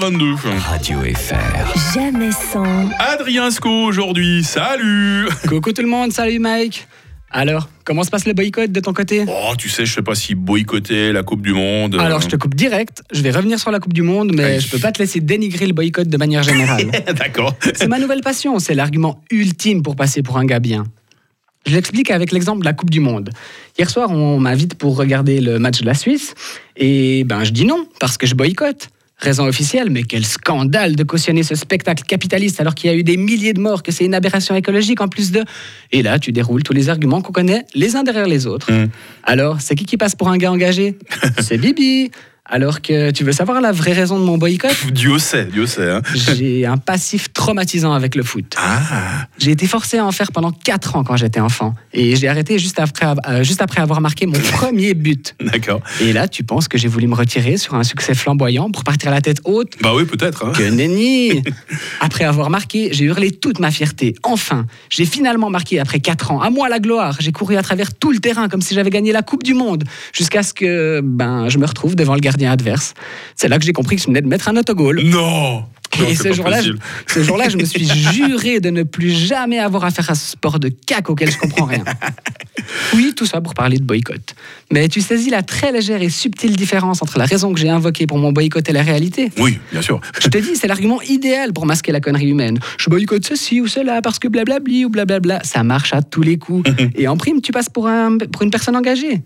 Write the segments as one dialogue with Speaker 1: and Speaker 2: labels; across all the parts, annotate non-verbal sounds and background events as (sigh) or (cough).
Speaker 1: 22.
Speaker 2: Radio FR.
Speaker 3: Jamais sans.
Speaker 1: Adrien Sco aujourd'hui, salut
Speaker 4: Coucou tout le monde, salut Mike Alors, comment se passe le boycott de ton côté
Speaker 1: Oh, tu sais, je sais pas si boycotter la Coupe du Monde. euh.
Speaker 4: Alors je te coupe direct, je vais revenir sur la Coupe du Monde, mais
Speaker 1: Aïe.
Speaker 4: je peux pas te laisser dénigrer le boycott de manière générale.
Speaker 1: (laughs) D'accord.
Speaker 4: c'est ma nouvelle passion, c'est l'argument ultime pour passer pour un gars bien. Je l'explique avec l'exemple de la Coupe du Monde. Hier soir, on m'invite pour regarder le match de la Suisse, et ben je dis non, parce que je boycotte. Raison officielle, mais quel scandale de cautionner ce spectacle capitaliste alors qu'il y a eu des milliers de morts, que c'est une aberration écologique en plus de... Et là, tu déroules tous les arguments qu'on connaît les uns derrière les autres.
Speaker 1: Mm.
Speaker 4: Alors, c'est qui qui passe pour un gars engagé C'est Bibi. Alors que tu veux savoir la vraie raison de mon boycott
Speaker 1: Pff, Dieu sait, Dieu sait. hein.
Speaker 4: J'ai un passif traumatisant avec le foot.
Speaker 1: Ah,
Speaker 4: J'ai été forcé à en faire pendant 4 ans quand j'étais enfant. Et j'ai arrêté juste après, euh, juste après avoir marqué mon premier but.
Speaker 1: d'accord.
Speaker 4: Et là, tu penses que j'ai voulu me retirer sur un succès flamboyant pour partir à la tête haute
Speaker 1: Bah oui, peut-être. hein. (laughs)
Speaker 4: que nenni Après avoir marqué, j'ai hurlé toute ma fierté. Enfin, j'ai finalement marqué après 4 ans. À moi la gloire J'ai couru à travers tout le terrain comme si j'avais gagné la Coupe du Monde. Jusqu'à ce que ben, je me retrouve devant le gardien adverse. C'est là que j'ai compris que je venais de mettre un autogol.
Speaker 1: Non Non,
Speaker 4: Et
Speaker 1: c'est
Speaker 4: ce
Speaker 1: pas
Speaker 4: jour-là, je,
Speaker 1: possible.
Speaker 4: ce jour-là, je
Speaker 1: (laughs)
Speaker 4: me suis juré de ne plus jamais avoir affaire à ce sport de cac auquel je
Speaker 1: (laughs)
Speaker 4: comprends rien. Oui, tout ça pour parler de boycott. Mais tu saisis la très légère et subtile différence entre la raison que j'ai invoquée pour mon boycott et la réalité
Speaker 1: Oui, bien sûr.
Speaker 4: Je te dis, c'est l'argument idéal pour masquer la connerie humaine. Je boycotte ceci ou cela parce que blablabli ou blablabla, ça marche à tous
Speaker 1: (laughs)
Speaker 4: les coups. et en prime, tu passes pour, un- pour une personne engagée.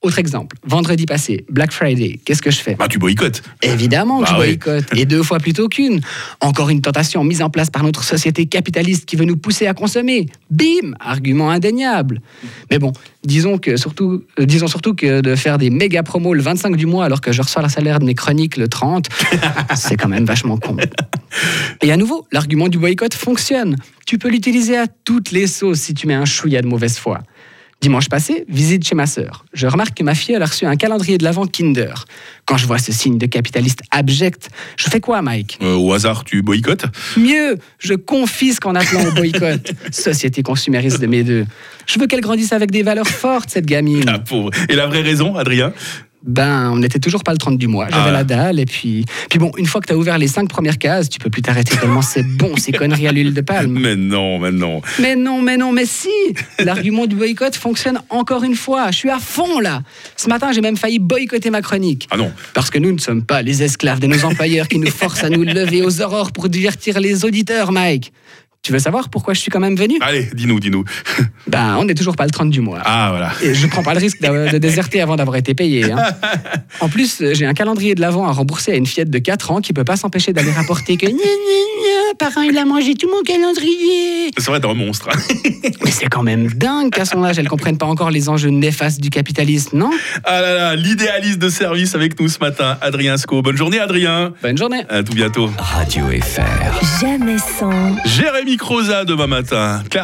Speaker 4: Autre exemple, vendredi passé, Black Friday, qu'est-ce que je fais
Speaker 1: Bah tu boycottes.
Speaker 4: Évidemment que
Speaker 1: Bah
Speaker 4: je
Speaker 1: oui.
Speaker 4: boycotte, et deux fois plutôt qu'une. Encore une tentation mise en place par notre société capitaliste qui veut nous pousser à consommer. Bim Argument indéniable. Mais bon, disons, que surtout, euh, disons surtout que de faire des méga promos le 25 du mois alors que je reçois le salaire de mes chroniques le 30, (laughs) c'est quand même vachement con. Et à nouveau, l'argument du boycott fonctionne. Tu peux l'utiliser à toutes les sauces si tu mets un chouïa de mauvaise foi. Dimanche passé, visite chez ma sœur. Je remarque que ma fille elle a reçu un calendrier de l'avant Kinder. Quand je vois ce signe de capitaliste abject, je fais quoi, Mike
Speaker 1: Euh, au hasard, tu boycottes.
Speaker 4: Mieux, je confisque en appelant au boycott. Société consumériste de mes deux. Je veux qu'elle grandisse avec des valeurs fortes, cette gamine.
Speaker 1: La Ah, pauvre. Et la vraie raison, Adrien
Speaker 4: Ben, on n'était toujours pas le 30 du mois. J'avais
Speaker 1: Ah.
Speaker 4: la dalle et puis... Puis bon, une fois que t'as ouvert les cinq premières cases, tu peux plus t'arrêter tellement c'est bon, ces conneries à l'huile de palme.
Speaker 1: Mais non, mais non.
Speaker 4: Mais non, mais non, mais si L'argument du boycott fonctionne encore une fois. Je suis à fond là. Ce matin, j'ai même failli boycotter ma chronique.
Speaker 1: Ah non.
Speaker 4: Parce que nous ne sommes pas les esclaves de nos employeurs qui nous forcent à nous lever aux aurores pour divertir les auditeurs, Mike. Tu veux savoir pourquoi je suis quand même venu
Speaker 1: Allez, dis-nous, dis-nous. (laughs)
Speaker 4: Ben, on n'est toujours pas le 30 du mois.
Speaker 1: Ah voilà.
Speaker 4: Et je prends pas le risque d'a- de déserter avant d'avoir été payé. hein. En plus, euh, j'ai un calendrier de l'avant à rembourser à une fillette de 4 ans qui peut pas s'empêcher d'aller rapporter que gna gna gna, parrain, il a mangé tout mon calendrier.
Speaker 1: C'est vrai, t'es un monstre. hein.
Speaker 4: Mais c'est quand même dingue qu'à son âge, elles comprennent pas encore les enjeux néfastes du capitalisme, non
Speaker 1: Ah là là, l'idéaliste de service avec nous ce matin, Adrien Sco. Bonne journée, Adrien.
Speaker 4: Bonne journée
Speaker 1: À tout bientôt.
Speaker 2: Radio FR.
Speaker 3: Jamais sans.
Speaker 1: Jérémy Croza demain matin. Claire